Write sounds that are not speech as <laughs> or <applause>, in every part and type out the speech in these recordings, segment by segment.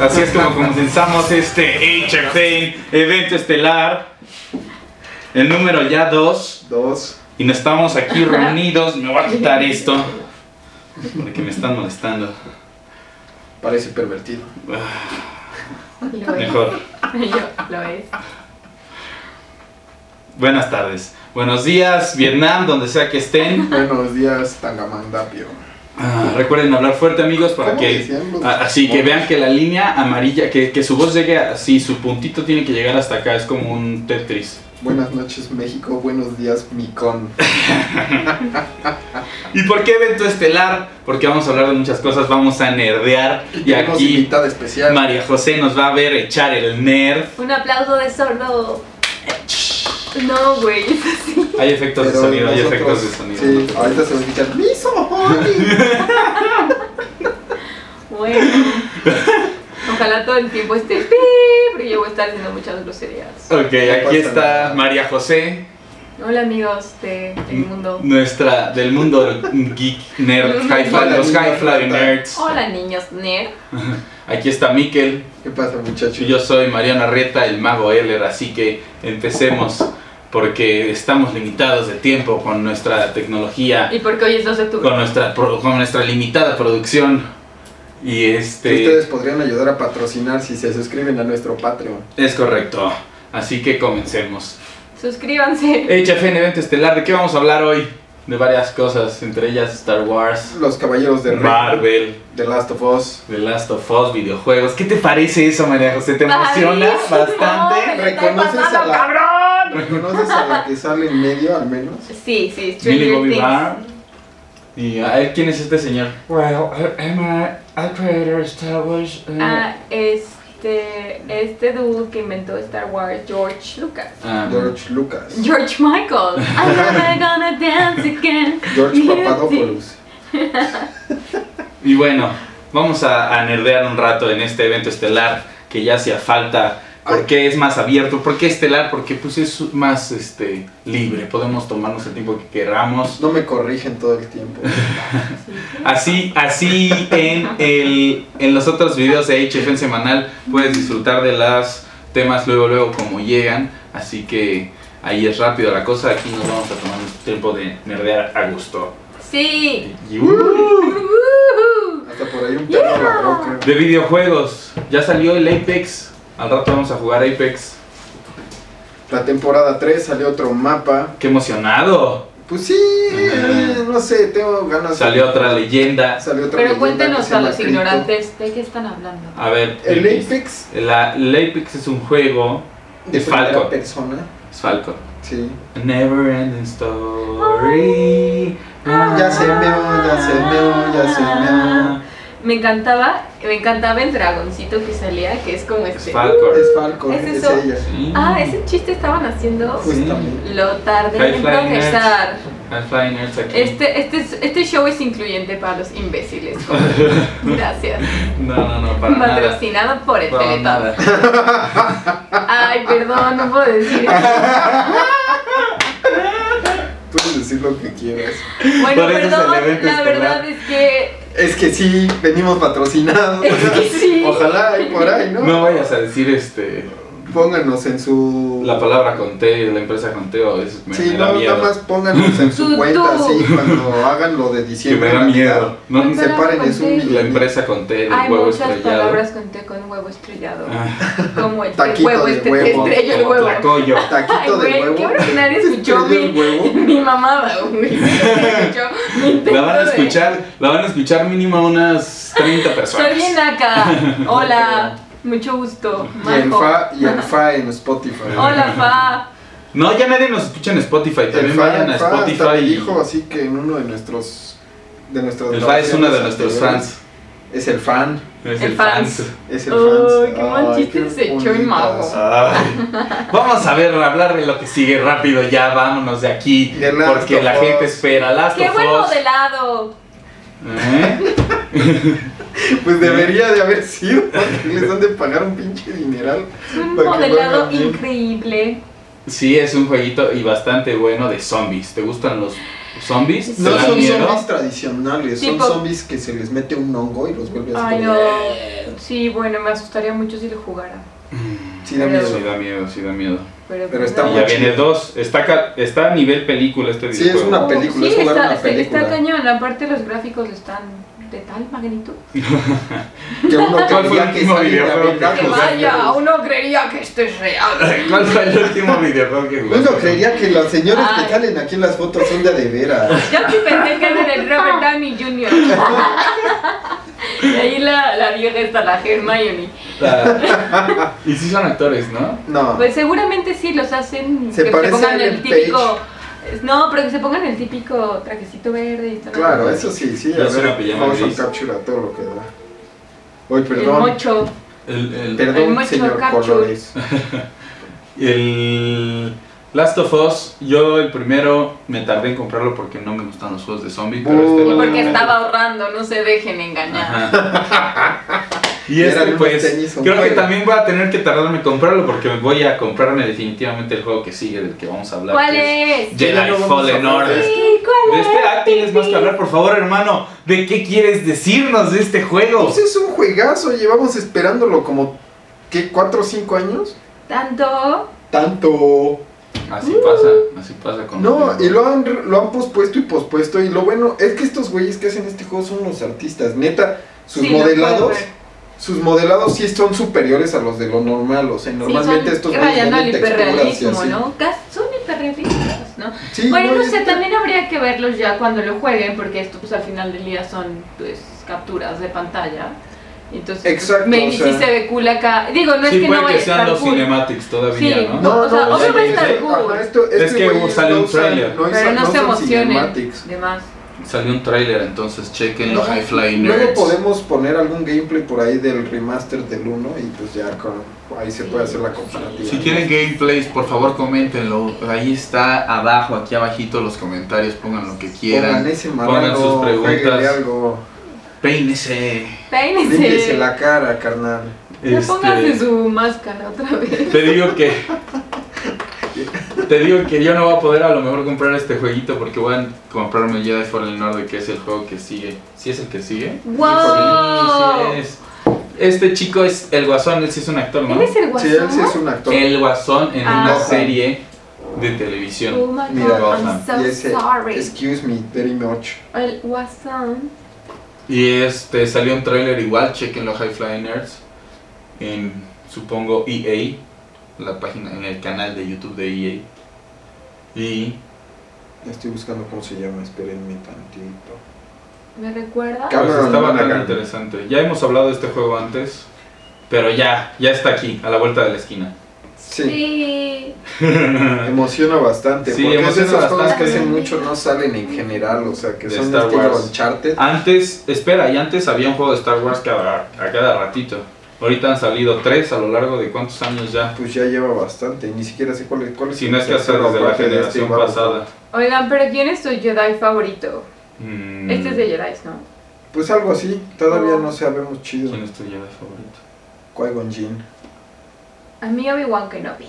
Así es como comenzamos este HFN evento estelar. El número ya 2. Dos. Y nos estamos aquí reunidos. Me voy a quitar esto. Porque me están molestando. Parece pervertido. Lo es. Mejor. <laughs> Yo, lo es. Buenas tardes. Buenos días, Vietnam, donde sea que estén. Buenos días, Tangamandapio. Ah, recuerden hablar fuerte, amigos, para ¿Cómo que. decían los a- Ah, Así que monos? vean que la línea amarilla, que, que su voz llegue así, su puntito tiene que llegar hasta acá, es como un Tetris. Buenas noches, México. Buenos días, Micón. ¿Y por qué evento estelar? Porque vamos a hablar de muchas cosas, vamos a nerdear y Tenemos aquí invitada especial. María José nos va a ver echar el nerd. Un aplauso de sordo. No, güey, es así. Hay efectos Pero de sonido, hay nosotros- efectos de sonido. Sí, ahorita se escuchan. ¡Miso! Oli". Bueno. Ojalá todo el tiempo esté pi, porque yo voy a estar haciendo muchas groserías. Ok, aquí pasa está nada. María José, Hola amigos de El Mundo. nuestra del mundo geek nerd, high fi los high fly nerds. Hola niños, nerd. Aquí está Miquel, ¿Qué pasa, muchacho? yo soy Mariana Reta, el mago Heller, así que empecemos porque estamos limitados de tiempo con nuestra tecnología. Y porque hoy es 2 de con octubre. nuestra pro- con nuestra limitada producción y Que este Ustedes podrían ayudar a patrocinar si se suscriben a nuestro Patreon. es correcto así que comencemos Suscríbanse. HFN evento estelar de qué vamos a hablar hoy de varias cosas entre ellas Star Wars Los Caballeros del Rey. Marvel The Last of Us. The Last of Us videojuegos qué te parece eso María José te emociona Padrísimo, bastante me lo estoy Reconoces a pasando, la- cabrón. ¿Conoces a la que sale en medio, al menos? Sí, sí, Billy Stranger Bobby Things. Brown y a él, quién es este señor Well, I- I'm a, a creator of Star Wars. uh, Ah, este, este dude que inventó Star Wars, George Lucas. Ah, George Lucas. George <laughs> Michael. I'm never gonna dance again. <laughs> George Mira, Papadopoulos. Y bueno, vamos a, a nerdear un rato en este evento estelar que ya hacía falta. Porque es más abierto, porque estelar, porque pues es más este libre, podemos tomarnos el tiempo que queramos. No me corrigen todo el tiempo. Así, así en el en los otros videos de HFN semanal puedes disfrutar de las temas luego luego como llegan, así que ahí es rápido la cosa, aquí nos vamos a tomar nuestro tiempo de nerdear a gusto. Sí. Y- ¡uh! Woohoo. Hasta por ahí un perro Yeah. ladraó, creo. De videojuegos, ya salió el Apex. Al rato vamos a jugar Apex. La temporada 3 salió otro mapa. ¡Qué emocionado! Pues sí, eh, no sé, tengo ganas. Salió otra leyenda. Salió otra Pero leyenda que cuéntenos se a llama los Crypto. ignorantes de qué están hablando. A ver, El Apex. Apex La, el Apex es un juego. de Es primera Falco. persona. Es Falco. Sí. A Never ending story. Ah, Ya se meó, ya se meó, ya se meó. Me encantaba, me encantaba el dragoncito que salía, que es como Es este. Falco. Es Falco, ¿Es es, eso? ella. Pues Sí. Ah, ese chiste estaban haciendo. Sí. Justamente. Lo tardé High en Flying procesar. Al Flying Nerds aquí. Este, este, este show es incluyente para los <laughs> imbéciles. Gracias. No, no, no, para nada. Patrocinado por el Para Teletón. nada. Ay, perdón, no puedo decir eso. <laughs> Puedes decir lo que quieras. Bueno, Por eso es el perdón, evento la estelar. verdad es que. <laughs> Es que sí, venimos patrocinados. Es que sí. Ojalá hay por ahí, <laughs> ¿no? No vayas a decir este Pónganos en su. la palabra con T, la empresa con T, o es me, Sí, me da no, miedo. nada más pónganos en Tú, su cuenta, tú. sí, cuando hagan lo de que diciembre. me da Navidad. miedo. No, Ay, Se paren con es un T. millón. La empresa con T, el Hay huevo muchas estrellado. palabras con té con huevo estrellado. Ah, Como el Taquito huevo, de este huevo, estrello el como huevo. <laughs> tlacoyo. Ay, Taquito de güey, qué huevo. <laughs> bueno que nadie escuchó Estrella de mi, huevo. <laughs> mi mamada, <laughs> güey. Nadie escuchó mi La van a intento de- escuchar, la van a escuchar mínimo unas 30 personas. Soy bien <laughs> acá. Hola, mucho gusto. Y el Marco. fa, y el fa en Spotify. Hola, Fa. No, ya nadie nos escucha en Spotify, El también fa, vayan a el fa hasta Spotify. me y- dijo así que en uno de nuestros. De nuestras el FA es uno de grabaciones nuestros anteriores, fans. Es el fan. Es El el, fans. fans. Es el Ay, fan. qué mal chiste se echó el mago. <laughs> Ay. Vamos a ver, a hablar de lo que sigue rápido, ya vámonos de aquí. De Last porque of la Us. gente espera Last Qué of buen Us. modelado. ¿Eh? Pues debería de haber sido. porque Les han de pagar un pinche dineral. Es un Para que modelado vuelvan bien. increíble. Sí, es un jueguito y bastante bueno de zombies. ¿Te gustan los zombies. No ¿Te dan son miedo? zombies tradicionales, Tipo- son zombies que se les mete un hongo y los vuelve así Ay, como... eh, no. Sí, bueno, me asustaría mucho si lo jugara. Sí, da Pero- miedo. Sí da miedo, sí da miedo. Pero, pues Pero está Y muy ya chido. viene dos. Está, ca- está a nivel película este Sí, es videojuego. una película, es sí, jugar está, una está- película. está cañón. Aparte, los gráficos están de tal magnitud. Que uno ¿Cuál fue el creía que último salía videojuego de acá que Que jugando. vaya, uno creería que esto es <laughs> real. <laughs> ¿Cuál fue el último videojuego que jugaste? Uno creería que los señores Ay. que salen aquí en las fotos son de a de veras. Yo sí pensé que era del Robert Downey <laughs> Jr. Y ahí la, la vieja está, la Hermione. La- Y sí son actores, ¿no? No. <laughs> Pues seguramente sí los hacen Se que se parece pongan a el Ellen típico. No, pero que se pongan el típico trajecito verde y todo. Claro, eso sí, sí. Ya A es una ver, pijama Motion gris. Capture a todo lo que da. Uy, El perdón. mocho. El, el, el Perdón, motion señor capture. Colores. el Last of Us, yo el primero me tardé en comprarlo porque no me gustan los juegos de zombies, pero este Uh. vale Y la porque pena. estaba ahorrando, no se dejen engañar. <laughs> Ajá. Y Eran este unos pues tenis, un creo que juego. también voy a tener que tardarme en comprarlo porque voy a comprarme definitivamente el juego que sigue del que vamos a hablar. ¿Cuál que es? Jedi Ya no vamos a Fallen hablar de Order. esto. Sí, ¿cuál De es? este ah, tienes más que Pipi? hablar, por favor, hermano. ¿De qué quieres decirnos de este juego? Pues es un juegazo, llevamos esperándolo como, ¿qué? ¿Cuatro o cinco años? Tanto. Tanto. Así pasa, así pasa con No, los y lo han, lo han pospuesto y pospuesto. Y lo bueno es que estos güeyes que hacen este juego son los artistas. Neta, sus Sí, lo puedo modelados, ver. sus modelados sí son superiores a los de lo normal. O sea, Sí, normalmente son estos güeyes rayando al venden texturas y hiperrealismo, así. ¿no? Casi- Son hiperrealistas, ¿no? Sí, Bueno, no, no es- sé, también habría que verlos ya cuando lo jueguen, porque esto pues al final del día son pues capturas de pantalla. Entonces, pues, Exacto, me o sí sea. se ve cool acá. Digo, no Sí, es que puede no que, vaya a sean estar los cool, cinemátics todavía, Sí. ¿no? No, o sea, obvio va a sí, estar sí. cool. Ajá, esto- Es este que güey sale un usan- trailer. usa- pero no, se usan emocionen. cinematics. Demás. Salió un tráiler, entonces chequen los Luego- High Fly Luego Nerds. podemos poner algún gameplay por ahí del remaster del 1 y pues ya con, ahí se puede hacer la comparativa. Si quieren gameplays, por favor coméntenlo. Ahí está abajo, aquí abajito los comentarios, pongan lo que Pongan quieran. ese pongan sus marrano, jueguenle preguntas. algo. Peínese. Límpiese Peínense. la cara, carnal. Ya Este, pónganse su máscara otra vez. Te digo que. Te digo que yo no voy a poder a lo mejor comprar este jueguito porque voy a comprarme el Jedi Fallen Order, que es el juego que sigue. ¿Sí es el que sigue? ¡Wow! Sí, sí es. Este chico es el guasón, él sí es un actor, ¿no? Él es el Sí, él sí es guasón. un actor. El guasón en una Ah. serie de televisión. Oh my god, Mira, Gotham. I'm so Y ese- sorry. Excuse me, very much. El guasón. Y este salió un tráiler igual, chequen los High Fly Nerds en supongo EA, la página en el canal de YouTube de EA. Y Estoy buscando cómo se llama, espérenme tantito. ¿Me recuerda? pues, Cameron está bastante Monaghan. interesante. Ya hemos hablado de este juego antes, pero ya, ya está aquí, a la vuelta de la <laughs> esquina. Sí, sí. emociona bastante. Sí, porque emociona es de esos juegos bastante. que hace mucho no salen en general, o sea, que De son Star estilo Wars. Uncharted. Antes, espera, y antes había un juego de Star Wars cada, a cada ratito. Ahorita han salido tres a lo largo de cuántos años ya. Pues ya lleva bastante, ni siquiera sé cuál es. Cuál es Ah. Si el no es que hasta tercero, desde la aparte de este generación guapo. pasada. Oigan, pero ¿quién es tu Jedi favorito? Mm, Este es de Jedi, ¿no? Pues algo así, todavía no sabemos chido. ¿Quién es tu Jedi favorito? Qui-Gon Jinn. A mí Obi-Wan Kenobi.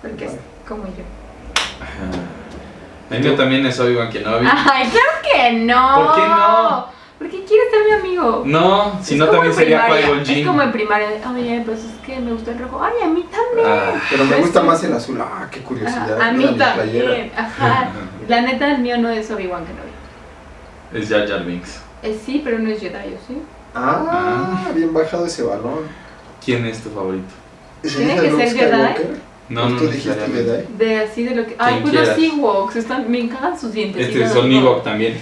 Porque es como yo. El mío también es Obi-Wan Kenobi. Ay, claro que no. ¿Por qué no? Porque quiere ser mi amigo. No, si Es no como también en sería primaria, Qui-Gon Es como en Jinn. primaria. Oye, pues es que me gusta el rojo. Ay, a mí también. Ah, Pero me Pues gusta sí. más el azul. Ah, qué curiosidad. Ajá, a mira mí mi playera. también. Ajá. <laughs> La neta, el mío no es Obi-Wan Kenobi. es Jar Jar Binks. Eh, sí, pero no es Jedi, ¿o sí? Ah, bien bajado ese balón. ¿Quién es tu favorito? ¿Es ¿Tiene hija que de Luke ser Jedi? Skywalker? No, no Pues ¿Tú dijiste necesariamente. Jedi? De así de lo que. Ay, Quien pues los quieras. Ewoks. Están... Me encagan sus dientes. Este es Son Ewok también.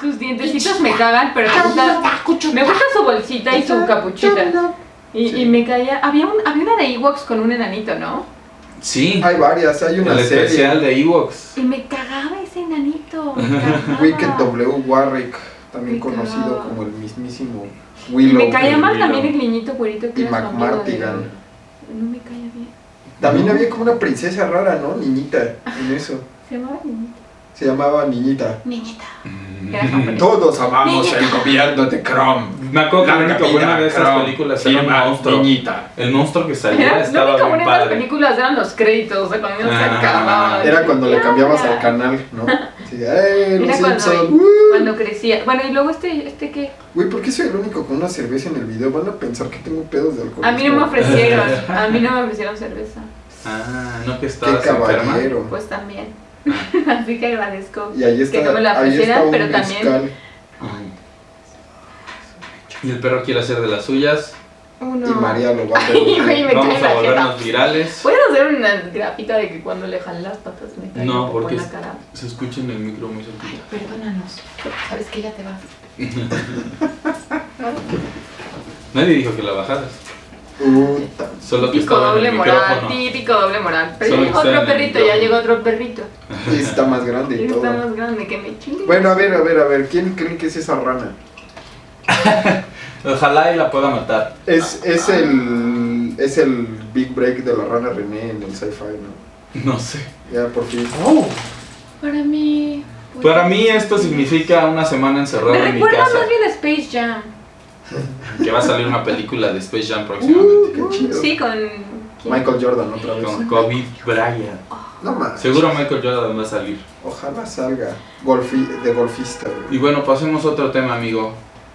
Sus dientecitos me cagan, pero me gusta, me gusta su bolsita y su capuchita. Y, Sí. y me caía. Había, un, había una de Ewoks con un enanito, ¿no? Sí, Hay varias, hay el una serie. especial de Ewoks. Y me cagaba ese enanito. <laughs> me cagaba. Wicked W. Warwick, también Me conocido cagaba. como el mismísimo Y Willow. me caía el mal Willow. también el niñito güerito que Y era su amigo McMartigan. de- No me caía bien. También había como una princesa rara, ¿no? Niñita, en eso. Se llamaba Niñita. Se llamaba Niñita. Niñita. Mm. Era japonés. Todos amamos el gobierno de Chrome. Me acuerdo que la única buena de esas Chrome, películas era un firma, monstruo. niñita. El monstruo que salía Era, lo estaba único bien bonito de las padre. películas eran los créditos, o sea, cuando se Ah, acababa. Era cuando le cambiabas al Era canal, <laughs> ¿no? Sí, ¡eh, los Era cuando, Simpson! ¡Uh! cuando crecía. Bueno, y luego este, este qué? Güey, ¿por qué soy el único con una cerveza en el video? Van a pensar que tengo pedos de alcohol. A mí no me ofrecieron, a mí no me ofrecieron cerveza. Ah, no que ¡Qué estabas enferma. caballero! Pues también. <laughs> Así que agradezco. Y ahí está, que no me la ahí está ofrecieran, un pero también- mezcal. Y el perro quiere hacer de las suyas. Uno. Y María lo va a <laughs> Ay, güey, ver. me Vamos cae a la jeta. volvernos virales. ¿Puedes hacer una grafita de que cuando le jalan las patas me cae No, un poco porque en la es- cara? Se escucha en el micro muy cerquita. Ay, perdónanos. Sabes que ya te vas. Nadie dijo que la bajaras. Puta. Solo que Típico estaba en doble el moral, micrófono. típico doble moral. Pero Solo que ya llegó está en el otro perrito, ya micrófono. llegó otro perrito. Y está más grande Y y está todo. más grande que me chingue. Bueno, a ver, a ver, a ver. ¿Quién creen que es esa rana? Ojalá y la pueda matar. Es, es el. Es el Big Break de la rana René en el sci-fi, ¿no? No sé. Ya, por fin. Para mí. pues, Para mí esto significa una semana encerrado Me en mi recuerda casa. más bien a Space Jam. Que va a salir una película de Space Jam Uh, próximamente. ¡Qué chido! Sí, con. Michael Jordan otra vez. Con Kobe Bryant. No más. Seguro Michael Jordan va a salir. Ojalá salga golfi, de golfista, güey. Y bueno, pasemos a otro tema, amigo.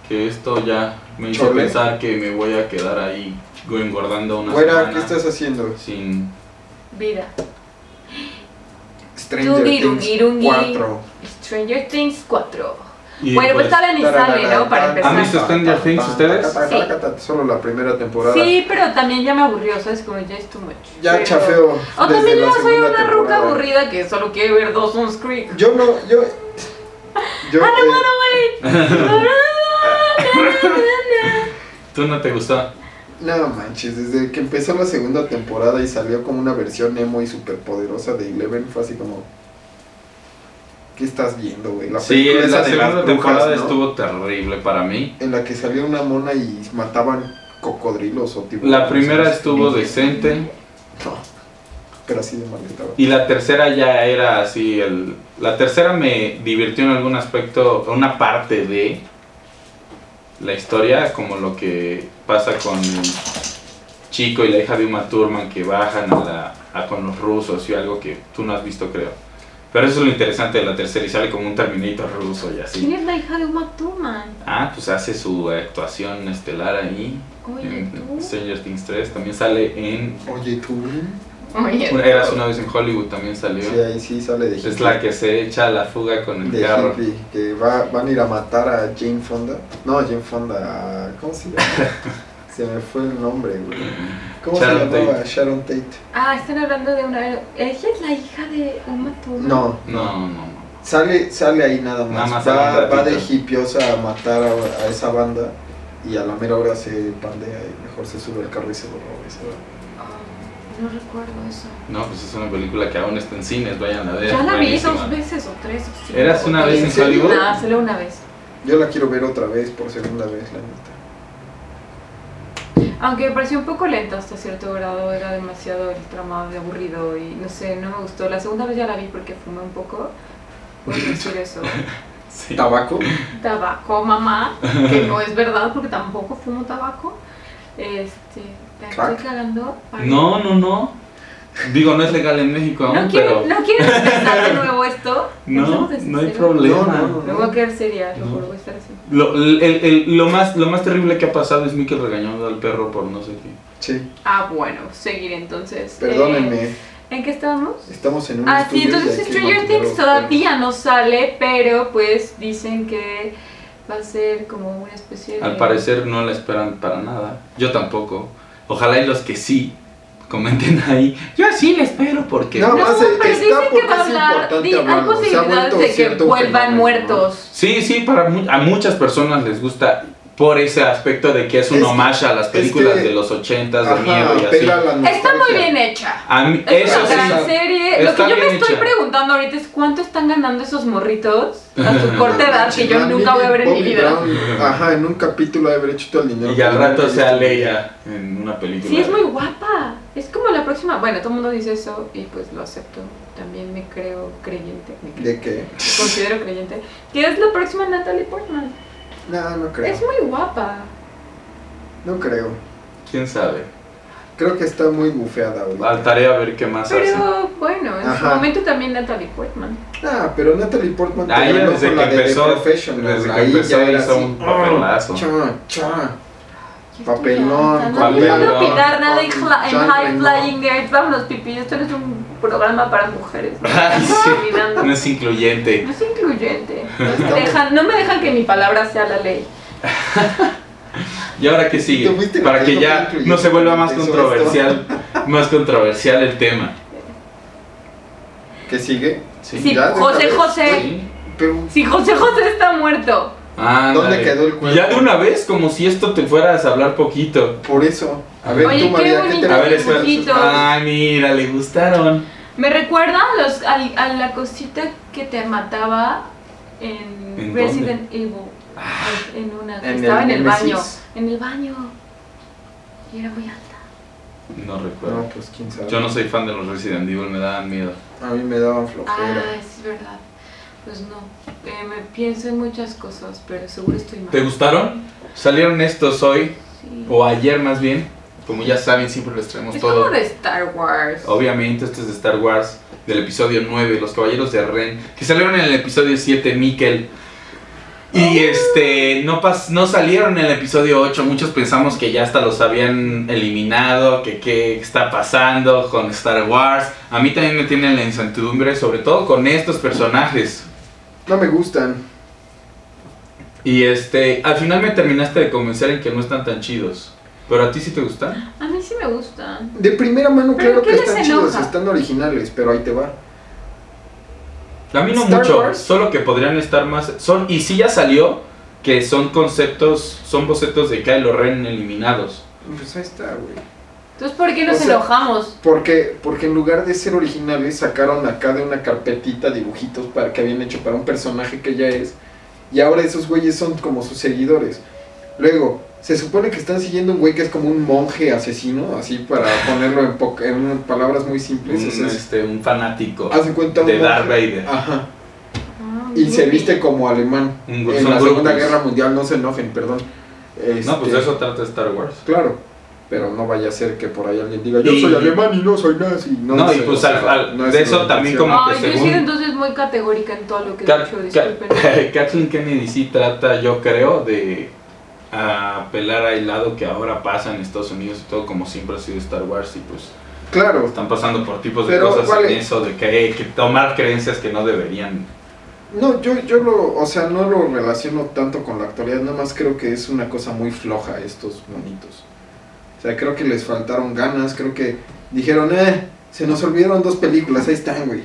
Que esto ya me hizo Chole. pensar que me voy a quedar ahí engordando una Güera, semana ¿qué estás haciendo? sin Vida. Stranger Tugi, Things rugi, rugi. 4. Stranger Things 4. y bueno, pues después- saben y sale, ¿no? Para ¿Han empezar. visto Stranger Things ustedes? Sí. Solo la primera temporada. Sí, pero también ya me aburrió, ¿sabes? Como ya es too much. Ya Pero- chafeo. O desde también la yo soy segunda una ruca temporada. aburrida que solo quiere ver Dawson's Creek. Yo no, yo. Yo. I don't eh, <laughs> wanna wait. ¿Tú no te gustó? no manches, desde que empezó la segunda temporada y salió como una versión emo y superpoderosa de Eleven, fue así como. ¿Qué estás viendo, güey? La Sí, película esa la de las segunda brujas, temporada ¿no? estuvo terrible para mí. En la que salía una mona y mataban cocodrilos o tipo. La pues, primera estuvo decente Pero así de mal estaba. y la tercera ya era así el la tercera me divirtió en algún aspecto, una parte de la historia como lo que pasa con el chico y la hija de Uma Thurman que bajan a la a con los rusos y algo que tú no has visto, creo. Pero eso es lo interesante de la tercera y sale como un Terminator ruso y así. ¿Quién es la hija de Uma Thurman? Ah, pues hace su actuación estelar ahí Oye, en tú. Stranger Things 3, también sale en Oye, tú. Oye, Una- Eras una vez en Hollywood también salió. Sí, ahí sí sale de hippie. Es la que se echa a la fuga con el De carro. hippie, que va, van a ir a matar a Jane Fonda. No, a Jane Fonda. ¿Cómo <laughs> se llama? se me fue el nombre, güey. ¿Cómo Sharon se llamaba? Tate. Sharon Tate. Ah, están hablando de una. ¿Ella es la hija de Uma Thurman? No, No, no, no. sale, sale ahí nada más. Nada más va, sale un va de ratito. hippiosa a matar a, a esa banda. Y a la mera hora se pandea y mejor se sube al carro y se lo roba y se va. Oh, no recuerdo eso. No, pues es una película que aún está en cines, vayan a ver. Ya la vi buenísima. dos veces o tres o cinco. ¿Eras una vez ¿En en serio? Hollywood? Nada, solo una vez. Yo la quiero ver otra vez, por segunda vez, la neta. Aunque me pareció un poco lenta hasta cierto grado, era demasiado el tramado de aburrido y no sé, no me gustó. La segunda vez ya la vi porque fumé un poco. <laughs> Puedo decir eso. Sí. ¿Tabaco? Tabaco, mamá, que no es verdad porque tampoco fumo tabaco. Este, la estoy Crack. cagando. Ay, No, no, no. Digo, no es legal en México aún, ¿No pero. quieres, ¿No quieres empezar de nuevo esto? <laughs> No, Empecemos desde no hay cero. problema. No, no, Me voy a quedar seria, lo No. juro, voy a estar así. Lo, el- el- lo más, lo más terrible que ha pasado es Mickey regañando al perro por no sé qué. Sí, Ah, bueno, seguir entonces. Eh, perdónenme. ¿En qué estábamos? Estamos en un Ah, estudio y sí, hay entonces que Stranger maquillar Things los todavía no sale, pero pues dicen que va a ser como una especie de... Al parecer no la esperan para nada. Yo tampoco. Ojalá y los que sí comenten ahí. Yo sí la espero porque. No, No, Además, eh, pero está dicen que porque va a es hablar, importante di- hay hablarlo, se ha vuelto posibilidades de que cierto vuelvan fenómeno. muertos. Sí, sí, para mu- a muchas personas les gusta por ese aspecto de que es un Es que- homenaje a las es que- películas de los 80 de Ajá, miedo y apela así. a la Está muy nostalgia. bien hecha. A mí- Es eso una sí, gran serie. Lo que Está yo me bien estoy hecha. preguntando ahorita es cuánto están ganando esos morritos <laughs> a su corta No edad manches, que yo Randy nunca voy a ver en mi Bobby vida. Brown, ajá, en un capítulo de haber hecho todo el dinero. y al que rato nunca sea viste. Leia en una película. Sí, es muy guapa. Es como la próxima. Bueno, todo el mundo dice eso y pues lo acepto. también me creo creyente. Me creo- ¿De qué? me considero creyente. Que es la próxima Natalie Portman. No, no creo. Es muy guapa. No creo. ¿Quién sabe? Creo que está muy bufeada ahorita. Al tarea a ver qué más hace. Pero bueno, en Ajá. su momento también Natalie Portman. Ah, pero Natalie Portman Ah, ella ganó desde por que la de The empezó, Professional. desde que Ahí empezó ya era hizo así. un papelazo. Cha, cha. Ya estoy Papelón, harta, No quiero papelón. opinar nada en, Hla- en Sangre, High no. Flying Girls. Vámonos, Pipi. Esto no es un programa para mujeres. ¿no? Ay, sí. Opinando. No es incluyente. No es incluyente. No, se dejan- no me dejan que mi palabra sea la ley. ¿Y ahora qué Te sigue? fuiste Para que metiendo ya tanto y no se vuelva más empezó controversial, más controversial el tema. ¿Qué sigue? Sí. Si ya, de una José vez. José, Sí. Pero si José José está muerto, Ándale. quedó el cuerpo? Ya de una vez, como si esto te fueras a hablar poquito. por eso. A ver, Oye, tú, qué María, ¿qué te bonito A ver, espera. Ah. Dibujitos. Ay, mira, le gustaron. me recuerda a, los, al- a la cosita que te mataba en, ¿En Resident Evil. En una que En el estaba en el baño. Nemesis. En el baño. Y era muy alta. No recuerdo. No, pues quién sabe. Yo no soy fan de los Resident Evil, me daban miedo. A mí me daban Ah, flojera. es verdad. Pues no. Eh, me pienso en muchas cosas, pero seguro estoy mal. ¿Te gustaron? Salieron estos hoy, Sí. o ayer más bien. Como ya saben, siempre les traemos Es todo. como de Star Wars. Obviamente, este es de Star Wars, del episodio 9, Los Caballeros de Ren, que salieron en el episodio 7, Mikkel. Y este, no, pas no salieron en el episodio 8. Muchos pensamos que ya hasta los habían eliminado, que qué está pasando con Star Wars. A mí también me tienen la incertidumbre, sobre todo con estos personajes. No me gustan. Y este, al final me terminaste de convencer en que no están tan chidos. Pero a ti sí te gustan. A mí sí me gustan. De primera mano, claro ¿Pero qué que les están chidos, enoja? están originales, pero ahí te va. A mí no Star mucho, Wars. solo que podrían estar más. Son, y sí ya salió que son conceptos, son bocetos de Kylo Ren eliminados. Pues ahí está, güey. Entonces, ¿por qué nos O sea- enojamos? Porque, porque en lugar de ser originales, sacaron acá de una carpetita dibujitos para, que habían hecho para un personaje que ya es. Y ahora esos güeyes son como sus seguidores. Luego, se supone que están siguiendo un güey que es como un monje asesino, así <laughs> para ponerlo en, poca- en unas palabras muy simples. Un, o sea, es- este, un fanático. haz de cuenta un de Darth monje- Vader. Ajá. Ah, Y se Groupie. viste como alemán. Un- En son la grupos. Segunda Guerra Mundial, no se enojen, perdón. No, pues Este, de eso trata Star Wars. Claro, pero no vaya a ser que por ahí alguien diga, yo Y- soy alemán y no soy nazi. No, y sé, pues o sea, al- al- no de es eso una también intención. como- Ay, que yo he según- sido entonces muy categórica en todo lo que he Kat- dicho, disculpen. Kat- <laughs> Kathleen Kennedy sí trata, yo creo, de apelar al lado que ahora pasa en Estados Unidos y todo, como siempre ha sido Star Wars. Y pues Claro, están pasando por tipos de Pero, cosas ¿cuál en es? eso, de que, eh, que tomar creencias que no deberían. no, yo, yo lo, o sea, no lo relaciono tanto con la actualidad, nada más creo que es una cosa muy floja estos monitos. O sea, creo que les faltaron ganas, creo que dijeron, eh, se nos olvidaron dos películas, ahí están, güey.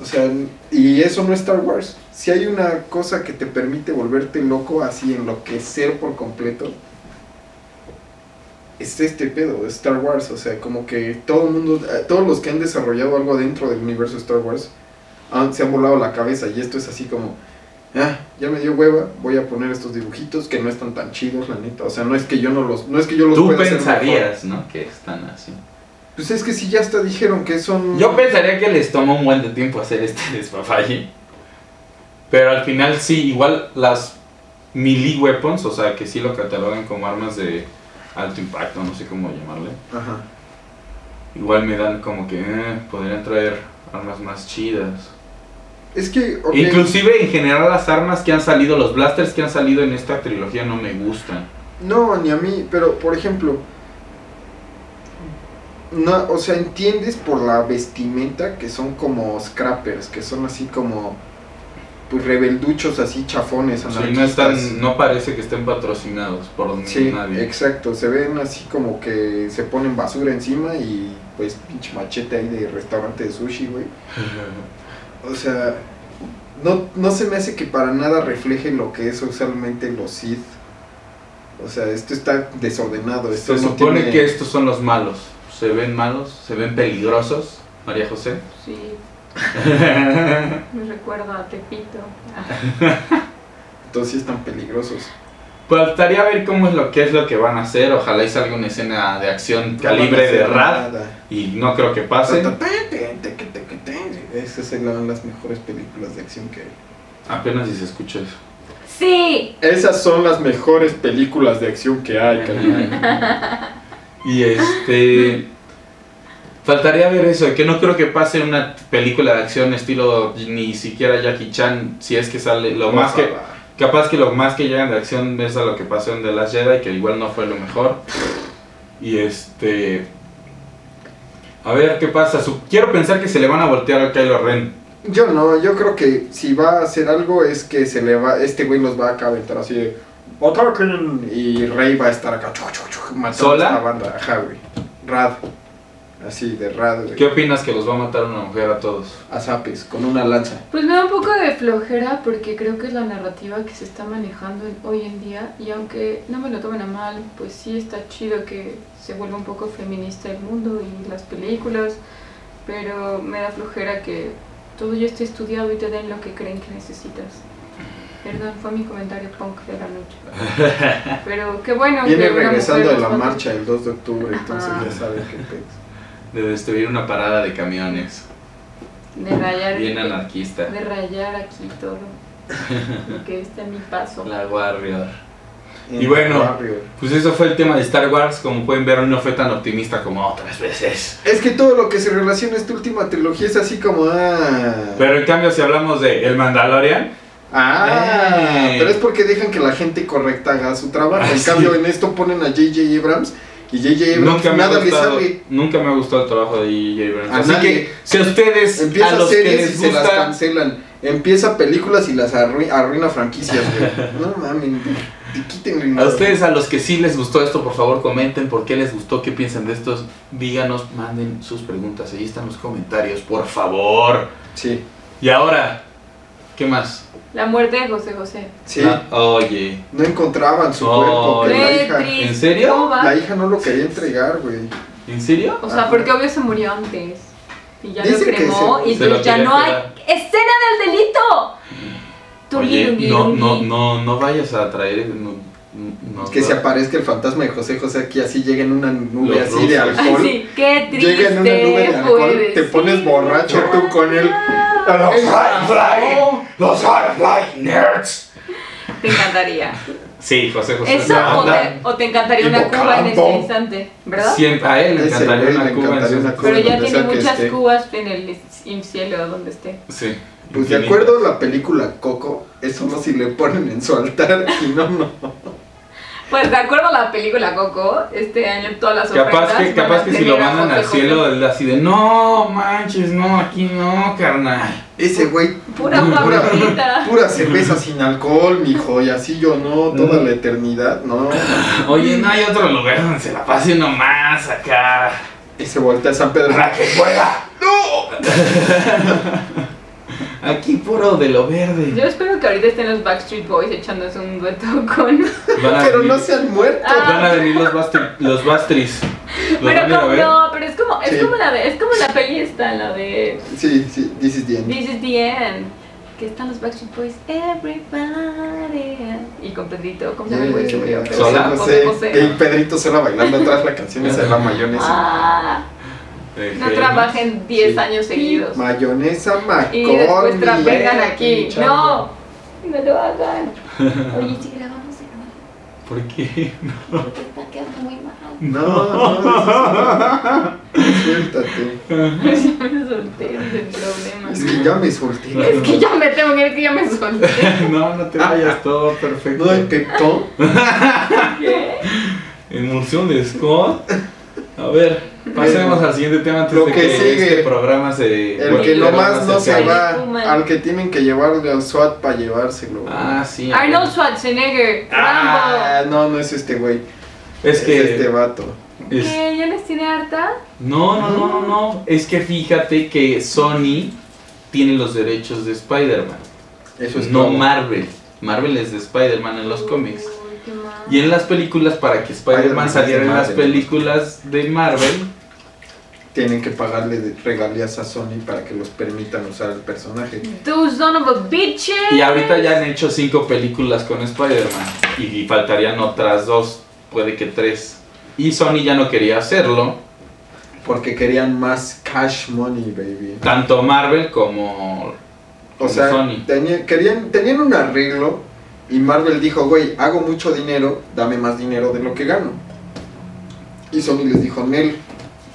O sea, y eso no es Star Wars. Si hay una cosa que te permite volverte loco, así enloquecer por completo, es este pedo, es Star Wars. O sea, como que todo el mundo, eh, todos los que han desarrollado algo dentro del universo Star Wars, han- se han volado la cabeza. Y esto es así como, ah, ya me dio hueva, voy a poner estos dibujitos que no están tan chidos, la neta. O sea, no es que yo no los, no es que yo los Tú pueda hacer mejor. pensarías, ¿no? Que están así. Pues es que si ya hasta dijeron que son. Yo pensaría que les tomó un buen de tiempo hacer este <laughs> despafalle. Pero al final sí, igual las melee weapons, o sea, que sí lo catalogan como armas de alto impacto, no sé cómo llamarle. Ajá. Igual me dan como que eh, podrían traer armas más chidas. Es que, ok, Inclusive en general las armas que han salido, los blasters que han salido en esta trilogía no me gustan. no, ni a mí, pero por ejemplo, no, o sea, entiendes por la vestimenta que son como scrappers, que son así como pues rebelduchos así chafones, Sí, no, anarquistas. están, no parece que estén patrocinados por ni- Sí, nadie. exacto, se ven así como que se ponen basura encima y pues pinche machete ahí de restaurante de <laughs> sushi, güey. O sea, no, no se me hace que para nada refleje lo que es usualmente los Sith. O sea, esto está desordenado. Esto Se no supone tiene- que estos son los malos. Se ven malos, se ven peligrosos, María José. <laughs> Sí, me recuerda a Tepito. Ah, Entonces sí están peligrosos. pues estaría a ver cómo es lo que es lo que van a hacer. Ojalá y salga una escena de acción calibre de No van a Rad Ah, hacer nada. y no creo que pase. Ta, ta, ta, te, te, te, te, te. se sellaban las mejores películas de acción que hay. Apenas si se escucha <laughs> eso. Sí. Esas son las mejores películas de acción que hay, carnal. Y este. Faltaría ver eso, que no creo que pase una película de acción estilo ni siquiera Jackie Chan, si es que sale lo más que Ojalá. capaz que lo más que llegan de acción es a lo que pasó en The Last Jedi, que igual no fue lo mejor. Y este a ver qué pasa. Su- Quiero pensar que se le van a voltear a Kylo Ren. Yo no, yo creo que si va a hacer algo es que se le va, este güey los va a calentar así de "Ataquen", y Rey va a estar acá chu, chu, chu, matando ¿Sola? a esta banda, ajá güey. Rad. Así de Rad, güey. ¿Qué opinas que los va a matar una mujer a todos? A zapes, con una lanza. Pues me da un poco de flojera porque creo que es la narrativa que se está manejando en- hoy en día y aunque no me lo tomen a mal, pues sí está chido que se vuelva un poco feminista el mundo y las películas, pero me da flojera que todo ya esté estudiado y te den lo que creen que necesitas. Perdón, fue mi comentario punk de la noche. <laughs> Pero qué bueno Viene que una regresando mujer de la nos mate. marcha el 2 de octubre, entonces Ajá. ya sabe qué pex. De destruir una parada de camiones. de rayar, Bien anarquista. de rayar aquí todo. Y que esté a mi paso. La Warrior. En Y bueno. barrio. Pues eso fue el tema de Star Wars. Como pueden ver, no fue tan optimista como otras veces. Es que todo lo que se relaciona a esta última trilogía es así como ah. Pero en cambio, si hablamos de El Mandalorian, Ah, Eh. pero es porque dejan que la gente correcta haga su trabajo. Ah, en sí. cambio, en esto ponen a J.J. Abrams y J.J. Abrams nunca me, ha nada le gustado, sale. nunca me ha gustado el trabajo de J.J. Abrams. A Así nadie. que, si a ustedes, a Empieza los que series y les se las gusta, cancelan. Empieza películas y las arrui- arruina franquicias, <laughs> güey. No mames, te- quítenle. a nada. ustedes, a los que sí les gustó esto, por favor, comenten por qué les gustó, qué piensan de estos. Díganos, manden sus preguntas. Ahí están los comentarios, por favor. Sí, Y ahora, ¿qué más? La muerte de José José. sí. Ah, oye, No encontraban su Oh, cuerpo. que Qué la, hija, triste. ¿En serio? ¿Cómo va? la hija no lo quería entregar, güey. ¿en serio? O sea, porque obvio se murió antes. Y ya Dicen lo que cremó se- y se pues lo ya quería no hay quedar. escena del delito. Oye, no, Tururururu. no, <laughs> no, no vayas a traer. No, no- Que se aparezca el fantasma de José José aquí, así llega en una nube Los así de rusos. alcohol. Así, qué triste. Llega en una nube de alcohol, fue Ah. te pones decir. borracho tú con él. Los No. Los Firefly Nerds. Te encantaría. Sí, José José. Eso La o banda. te, o te encantaría una cuba en este Invocando. instante, ¿verdad? Siempre, a él le Ese encantaría güey una le cuba. encantaría en su- una cuba. Pero ya donde tiene sea pues que muchas esté. cubas en el in- cielo donde esté. Sí. Pues de infinita. acuerdo a la película Coco, es solo si le ponen en su altar y no, no. Pues de acuerdo a la película Coco, este año todas las ofertas Capaz que, van a capaz que si tener lo a mandan José al José. cielo, él así de no manches, no, aquí no, carnal. Ese güey. <laughs> Pura pura, guapita. pura cerveza sin alcohol, mijo, y así yo no, toda la eternidad, no. Oye, no hay otro lugar donde se la pase uno más acá. Y se voltea a San Pedro. Para que pueda. Aquí puro de lo verde. Yo espero que ahorita estén los Backstreet Boys echándose un dueto con. Van a Pero venir, no se han muerto. Ah. van a venir los bastri- los bastris. Los Pero van a ir a como, ver. no, pero es como, es Sí. como la de, es como la peli esta, la de Sí, sí, this is the end. This is the end. Que están los Backstreet Boys, everybody. Y con Pedrito, ¿cómo se llama el güey que murió? Eh, Pero ¿Sola? No José sé, José. y Pedrito sola bailando atrás la canción esa de la mayonesa. Ah, Eh, no que- trabajen 10 Sí. años seguidos. Mayonesa macón. Y después trapegan eh, aquí. pinche No, no lo hagan. <laughs> Oye, si grabamos el nuevo, ¿Por qué? <laughs> porque está quedando muy mal. No, no, suéltate. Ya me solté, es el problema. Es que ya me solté. Es que ya me tengo que ir, que ya me solté. No, no te vayas, todo perfecto. No hay peptón. ¿Qué? Emulsión de Scott. A ver, pasemos al siguiente tema antes Lo de que, que sigue. este programa se. El bueno, que el programa nomás no se acabe. va, Human. al que tienen que llevarle al SWAT para llevárselo. Ah, sí. <laughs> Arnold Schwarzenegger, Rambo. Ah, no, no es este güey. Es que. Es este vato. es- ¿Qué? ¿Ya les tiene harta? No, no, no, no, no. Es que fíjate que Sony tiene los derechos de Spider-Man. Eso es no todo. Marvel. Marvel es de Spider-Man en los cómics. Uy, qué mal. Y en las películas, para que Spider-Man Spider-Man es saliera de en las Marvel. películas de Marvel, Tienen que pagarle de- regalías a Sony para que los permitan usar el personaje. Tú son of a bitches. Y ahorita ya han hecho cinco películas con Spider-Man. Y faltarían otras dos, puede que tres. Y Sony ya no quería hacerlo. porque querían más cash money, baby. Tanto Marvel como. O Como sea, Sony. tenía- querían, tenían un arreglo y Marvel dijo, güey, hago mucho dinero, dame más dinero de lo que gano. Y Sony les dijo, Nel,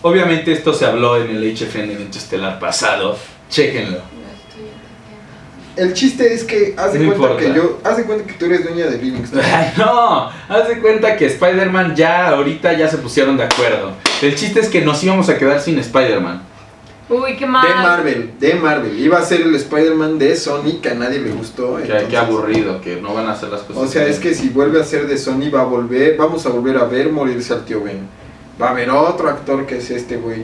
Obviamente, esto se habló en el HFN evento estelar pasado. Chéquenlo. Ya estoy entendiendo. el chiste es que haz de No cuenta que importa. yo, haz de cuenta que tú eres dueña de <laughs> Livingston. Ay, <laughs> no, haz de cuenta que Spider-Man ya ahorita ya se pusieron de acuerdo. El chiste es que nos íbamos a quedar sin Spider-Man. Uy, qué mal. De Marvel, de Marvel. Iba a ser el Spider-Man de Sony que a nadie le gustó. Que- Qué, entonces- aburrido, que no van a hacer las cosas. O sea, es que si vuelve a ser de Sony va a volver, vamos a volver a ver morirse al tío Ben. Va a haber otro actor que es este güey.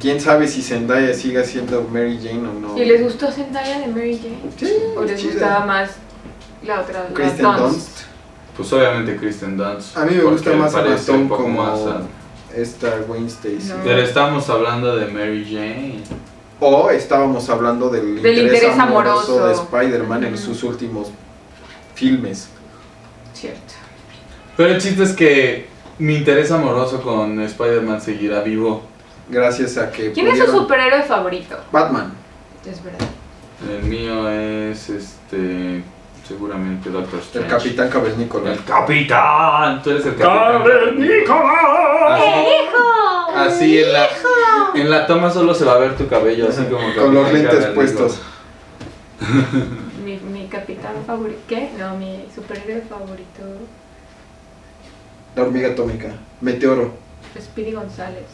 Quién sabe si Zendaya siga siendo Mary Jane o no. ¿Y les gustó Zendaya de Mary Jane? Sí, ¿O les chida. gustaba más la otra? la Kristen Dunst? Dunst. Pues obviamente Kristen Dunst. A mí me porque gusta más parece Emma un poco Stone más como- a- Esta Gwen Stacy. No. Pero estamos hablando de Mary Jane. O estábamos hablando del, Del interés amoroso. de Spider-Man en Ujú. sus últimos filmes. Cierto. Pero el chiste es que mi interés amoroso con Spider-Man seguirá vivo. Gracias a que ¿Quién es su pudieron- superhéroe favorito? Batman. Es verdad. El mío es este. Seguramente Doctor El Strange. Capitán Cavernícola. El capitán. Tú eres el capitán. ¡Cavernícola! Así- ¡Hijo! Así en la, en la toma solo se va a ver tu cabello, así como Con los Capitán lentes Cavernícola. puestos. Mi, mi capitán favorito. ¿Qué? No, mi superhéroe favorito La hormiga atómica. Meteoro. es Speedy González.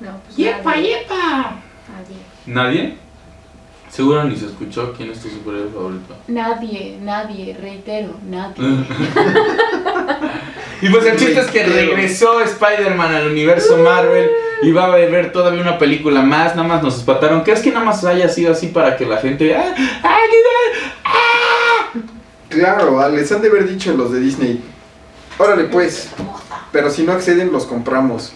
No, pues. ¡Yepa, nadie. yepa! Nadie. ¿Nadie? Seguro ni se escuchó quién es tu superhéroe favorito. Nadie, nadie, reitero, nadie. <laughs> Y pues el chiste es que regresó Spider-Man al universo Marvel y va a haber todavía una película más, nada más nos espataron. ¿Crees que nada más haya sido así para que la gente... ¡Ah! ¡Ah! Claro, ah, les han de haber dicho los de Disney. Órale pues. Pero si no acceden, los compramos.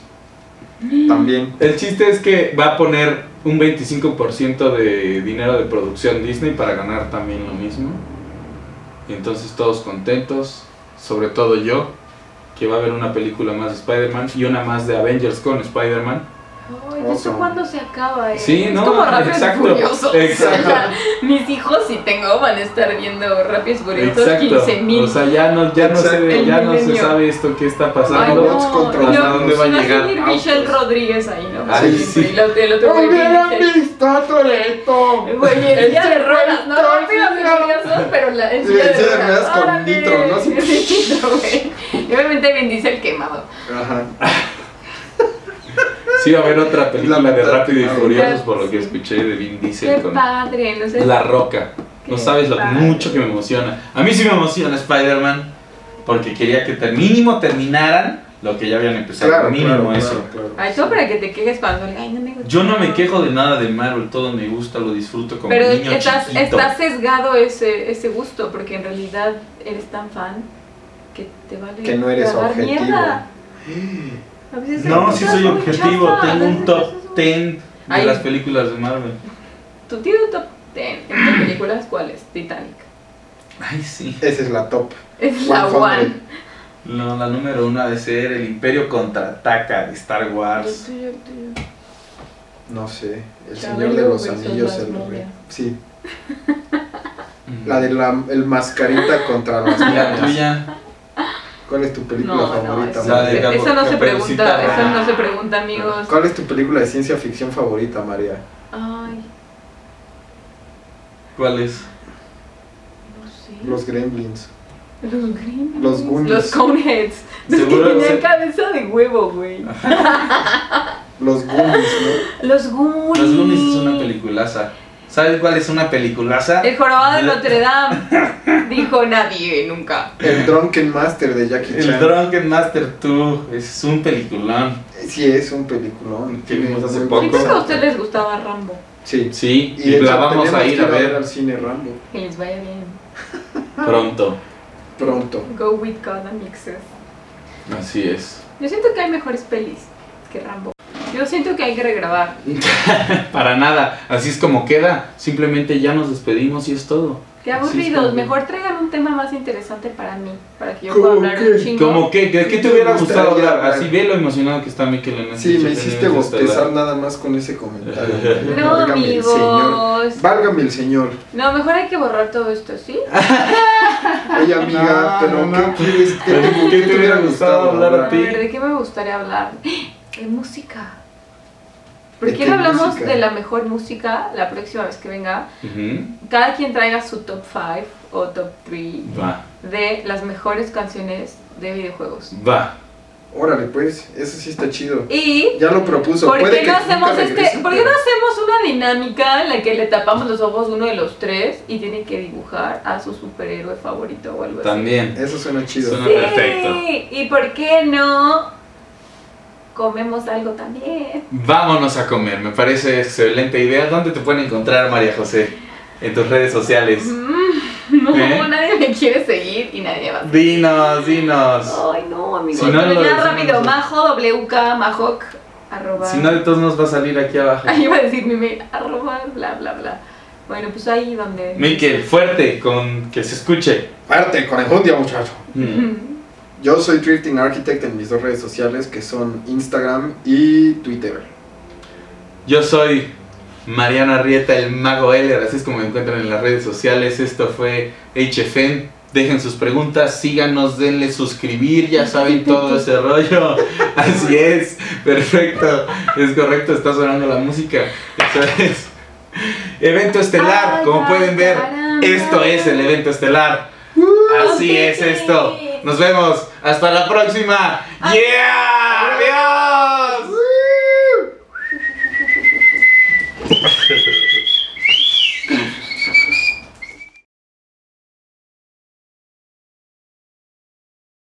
Mm. También. El chiste es que va a poner un 25% de dinero de producción Disney para ganar también lo mismo. Y entonces todos contentos, sobre todo yo, que va a haber una película más de Spider-Man y una más de Avengers con Spider-Man. Ay, ¿de eso Ojo. cuando se acaba? eh? Sí, es no, como Rápidos exacto, y Furiosos. exacto. O sea, mis hijos, si tengo, van a estar viendo Rápidos y Furiosos Exacto. 15.000. O sea, ya no, ya no, se, Exacto. ya no se Milenio. sabe esto qué está Ay, pues pasando. robots contra hasta dónde va a imagínate llegar. Michelle Rodríguez ahí, ¿no? Ay, Sí, sí. Y la- el otro güey ¡Hubieran dice, visto a Toretto! Güey, en silla de ruedas, ¿no? Este güey Rápidos y está- Furiosos, pero la, en Sí, silla en silla de ruedas con Órale. nitro, ¿no? Así. <laughs> Sí, no, güey. Y obviamente bendice el quemado. Ajá. Sí, va a haber otra película de Rápido y Ah, Furiosos, sí. por lo que escuché de Vin Qué Diesel con padre, no sé. La Roca. No Qué sabes lo padre. mucho que me emociona. A mí sí me emociona Spider-Man, porque quería que ter- mínimo terminaran lo que ya habían empezado. Claro, mínimo claro, eso. claro, claro. Ay, tú para que te quejes cuando le- ay, no me gusta. Yo no me quejo de nada de Marvel, todo me gusta, lo disfruto como Pero niño estás, chiquito. estás sesgado ese, ese gusto, porque en realidad eres tan fan que te vale. Que no eres tragar <gasps> objetivo. mierda. A veces hay No, cosas sí soy muy objetivo, chafas, tengo a veces un top cosas muy- 10 de Ay. las películas de Marvel. Tú tienes un top 10 en películas, ¿cuál es? Titanic. Ay, sí. Esa es la top. Es la One Hundred. one. No, la número uno ha de ser El Imperio contraataca de Star El Wars. tuyo, el tuyo. No sé. El Chabelo Señor de los versus Anillos. las El rey. momias. Sí. La de la el <laughs> mascarita contra las La momias. tuya. ¿Cuál es tu película No, no, favorita? eso, La de María? Gabu- eso no se Caperucita pregunta, Roja. eso no se pregunta, amigos. ¿Cuál es tu película de ciencia ficción favorita, María? Ay, ¿Cuál es? no sé. Los Gremlins. Los Gremlins. Los Goonies. Los Coneheads. Los que Seguro- tenían se- Ah. cabeza de huevo, güey. Los <laughs> Goonies, ¿no? Los Goonies. Los lunes es una peliculaza. ¿Sabes cuál es una peliculaza? El jorobado de <laughs> Notre Dame. Dijo nadie, nunca. El Drunken Master de Jackie El Chan. Drunken Master 2 es un peliculón. Sí, es un peliculón. Que vimos hace Muy poco. Yo buena- creo que a ustedes les gustaba Rambo. Sí. Sí, y, de la hecho, vamos a tenemos ir que a ver al cine Rambo Que les vaya bien. pronto. pronto. Go with God and mixes. Así es. <laughs> Yo siento que hay mejores pelis que Rambo. Yo siento que hay que regrabar. Para nada, así es como queda. Simplemente ya nos despedimos y es todo. Qué Así es aburridos. como- Mejor traigan un tema más interesante para mí, para que yo ¿Cómo pueda hablar qué? un chingo. Como que, ¿de qué te Me hubiera gustaría gustado hablar? hablar. Así ve lo emocionado que está Miquel en Sí, ese me hiciste bostezar Interestelar. nada más con ese comentario. <laughs> No, el señor. amigos. Válgame el señor. No, mejor hay que borrar todo esto, ¿sí? Oye, amiga, No, pero no, no. ¿qué quieres? ¿Qué Pero, te, qué te hubiera gustado hablar? a A ti? ver, ¿de qué me gustaría hablar? <gasps> De música. ¿Por ¿De qué qué no hablamos música? de la mejor música la próxima vez que venga? Ujú. Cada quien traiga su top 5 o top 3 Va, de las mejores canciones de videojuegos. va. Órale, pues, eso sí está chido. Y Ya lo propuso. ¿por Puede qué que no hacemos nunca este, regrese, por qué pero- no hacemos una dinámica en la que le tapamos los ojos uno de los tres y tiene que dibujar a su superhéroe favorito o algo así? También. Eso suena chido. Suena- Sí, Perfecto. ¿Y por qué no comemos algo también? Vámonos a comer, me parece excelente idea. ¿Dónde te pueden encontrar, María José? En tus redes sociales. Mm, <laughs> no, ¿Eh? nadie me quiere seguir y nadie va a seguir. Dinos, dinos. Ay, no, amigo. Si no, Pero lo ya decimos rápido, nosotros. majo, wk, majoc, arroba. Si no, de todos nos va a salir aquí abajo. Ahí <laughs> iba a decir mi mail, arroba, bla, bla, bla. Bueno, pues ahí donde... Miquel, fuerte, con que se <laughs> escuche. Parte con enjundia, muchacho. Mm. Mm, Yo soy Drifting Architect en mis dos redes sociales, que son Instagram y Twitter. Yo soy Mariana Rieta, el mago Heller, así es como me encuentran en las redes sociales. Esto fue HFN. Dejen sus preguntas, síganos, denle suscribir, ya saben todo <laughs> ese rollo. <laughs> Así es, perfecto, es correcto, está sonando la música. Eso es. Evento estelar, Ay, como pueden ver, caramba. Uh, esto es el evento estelar. Así es esto. Nos vemos, hasta la próxima. ¡Yeah! ¡Adiós!